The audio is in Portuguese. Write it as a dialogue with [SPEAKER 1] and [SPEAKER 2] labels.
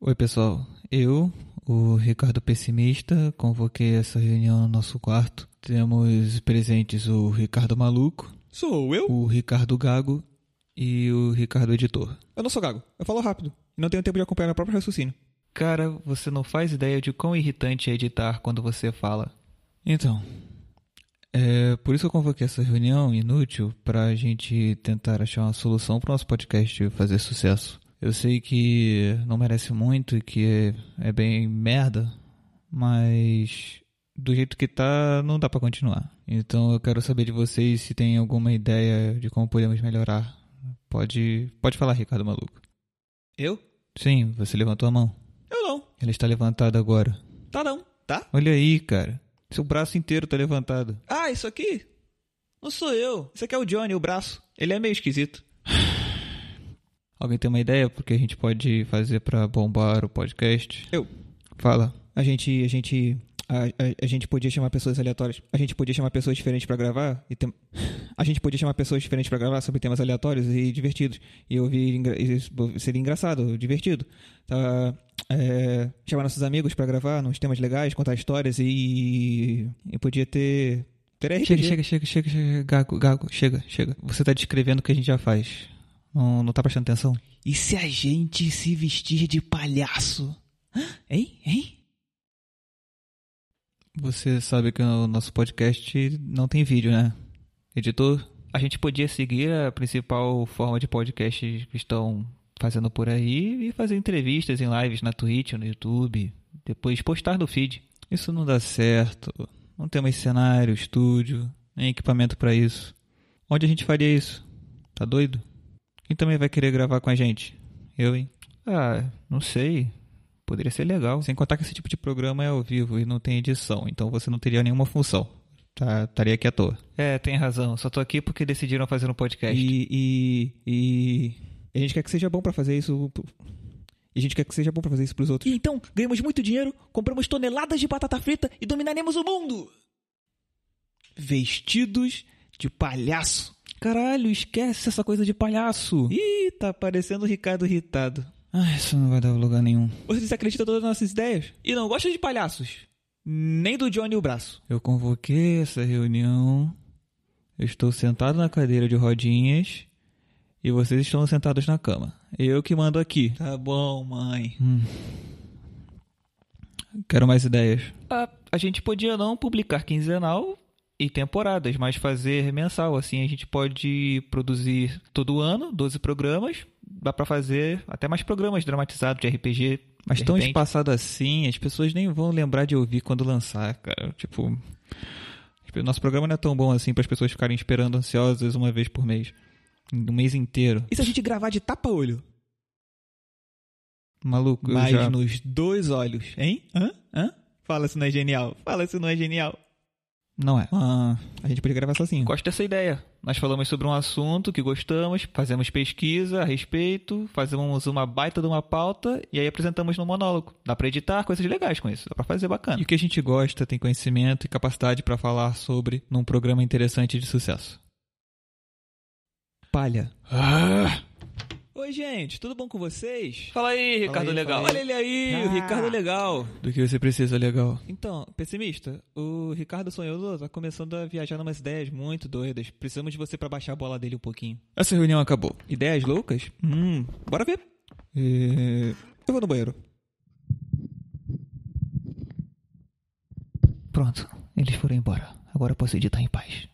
[SPEAKER 1] Oi, pessoal. Eu, o Ricardo Pessimista, convoquei essa reunião no nosso quarto. Temos presentes o Ricardo Maluco,
[SPEAKER 2] Sou eu?
[SPEAKER 1] o Ricardo Gago e o Ricardo Editor.
[SPEAKER 2] Eu não sou gago. Eu falo rápido. E não tenho tempo de acompanhar meu próprio raciocínio.
[SPEAKER 1] Cara, você não faz ideia de quão irritante é editar quando você fala. Então, é por isso que eu convoquei essa reunião inútil para a gente tentar achar uma solução para o nosso podcast fazer sucesso. Eu sei que não merece muito e que é, é bem merda, mas do jeito que tá não dá para continuar. Então eu quero saber de vocês se tem alguma ideia de como podemos melhorar. Pode, pode falar, Ricardo Maluco.
[SPEAKER 2] Eu?
[SPEAKER 1] Sim, você levantou a mão.
[SPEAKER 2] Eu não.
[SPEAKER 1] Ela está levantada agora.
[SPEAKER 2] Tá não. Tá?
[SPEAKER 1] Olha aí, cara. Seu braço inteiro tá levantado.
[SPEAKER 2] Ah, isso aqui? Não sou eu. Isso aqui é o Johnny, o braço. Ele é meio esquisito.
[SPEAKER 1] Alguém tem uma ideia porque a gente pode fazer pra bombar o podcast?
[SPEAKER 2] Eu.
[SPEAKER 1] Fala.
[SPEAKER 2] A gente, a gente, a, a- a gente podia chamar pessoas aleatórias. A gente podia chamar pessoas diferentes pra gravar e tem... a gente podia chamar pessoas diferentes pra gravar sobre temas aleatórios e divertidos e ouvir engra- e seria engraçado, divertido. Tá? É, chamar nossos amigos pra gravar nos temas legais, contar histórias e, e podia ter ter RPG.
[SPEAKER 1] Chega, chega, chega, chega, chega. Gago, Gago, chega, chega. Você tá descrevendo o que a gente já faz. Não, não tá prestando atenção?
[SPEAKER 2] E se a gente se vestir de palhaço? Hein? Hein?
[SPEAKER 1] Você sabe que o nosso podcast não tem vídeo, né? Editor? A gente podia seguir a principal forma de podcast que estão fazendo por aí e fazer entrevistas em lives na Twitch, no YouTube, depois postar no feed. Isso não dá certo. Não temos cenário, estúdio, nem equipamento pra isso. Onde a gente faria isso? Tá doido? Quem também vai querer gravar com a gente? Eu, hein? Ah, não sei. Poderia ser legal. Sem contar que esse tipo de programa é ao vivo e não tem edição, então você não teria nenhuma função. Tá, estaria aqui à toa. É, tem razão. Só tô aqui porque decidiram fazer um podcast.
[SPEAKER 2] E, e, e a gente quer que seja bom pra fazer isso. pro- E a gente quer que seja bom pra fazer isso pros outros. E então, ganhamos muito dinheiro, compramos toneladas de batata frita e dominaremos o mundo! Vestidos de palhaço.
[SPEAKER 1] Caralho, esquece essa coisa de palhaço.
[SPEAKER 2] Ih, tá parecendo o Ricardo irritado.
[SPEAKER 1] Ah, isso não vai dar lugar nenhum.
[SPEAKER 2] Você desacredita todas as nossas ideias e não gosta de palhaços. Nem do Johnny o braço.
[SPEAKER 1] Eu convoquei essa reunião. Eu estou sentado na cadeira de rodinhas. E vocês estão sentados na cama. Eu que mando aqui. Hum.
[SPEAKER 2] Tá bom, mãe.
[SPEAKER 1] Quero mais ideias. A, a gente podia não publicar quinzenal e temporadas, mas fazer mensal. Assim a gente pode produzir todo ano 12 programas. Dá pra fazer até mais programas dramatizados de RPG. Mas
[SPEAKER 2] de
[SPEAKER 1] tão
[SPEAKER 2] repente.
[SPEAKER 1] espaçado assim, as pessoas nem vão lembrar de ouvir quando lançar, cara. Tipo. tipo, Nosso programa não é tão bom assim para as pessoas ficarem esperando ansiosas uma vez por mês. Um mês inteiro.
[SPEAKER 2] E se a gente gravar de tapa-olho?
[SPEAKER 1] Maluco, eu
[SPEAKER 2] Mas
[SPEAKER 1] já...
[SPEAKER 2] nos dois olhos, hein? Hã? Hã? Fala se não é genial. Fala se não é genial.
[SPEAKER 1] Não é.
[SPEAKER 2] Ah, a gente podia gravar sozinho.
[SPEAKER 1] Gosto dessa ideia. Nós falamos sobre um assunto que gostamos, fazemos pesquisa a respeito, fazemos uma baita de uma pauta e aí apresentamos no monólogo. Dá pra editar coisas legais com isso, dá pra fazer bacana. E o que a gente gosta, tem conhecimento e capacidade pra falar sobre num programa interessante de sucesso.
[SPEAKER 2] Palha. Oi, gente. Tudo bom com vocês?
[SPEAKER 1] Ah! Fala aí, Ricardo
[SPEAKER 2] aí,
[SPEAKER 1] Legal.
[SPEAKER 2] fala
[SPEAKER 1] Olha
[SPEAKER 2] aí.
[SPEAKER 1] ele aí,
[SPEAKER 2] Ah.
[SPEAKER 1] o Ricardo Legal. Tá. Do que você precisa, legal.
[SPEAKER 2] Então, pessimista, o Ricardo Sonhoso tá começando a viajar numas ideias muito doidas. Precisamos de você pra baixar a bola dele um pouquinho.
[SPEAKER 1] Essa reunião acabou.
[SPEAKER 2] Ideias loucas? Hum, bora ver. É, Eu vou no banheiro.
[SPEAKER 1] Pronto, eles foram embora. Agora eu posso editar em paz.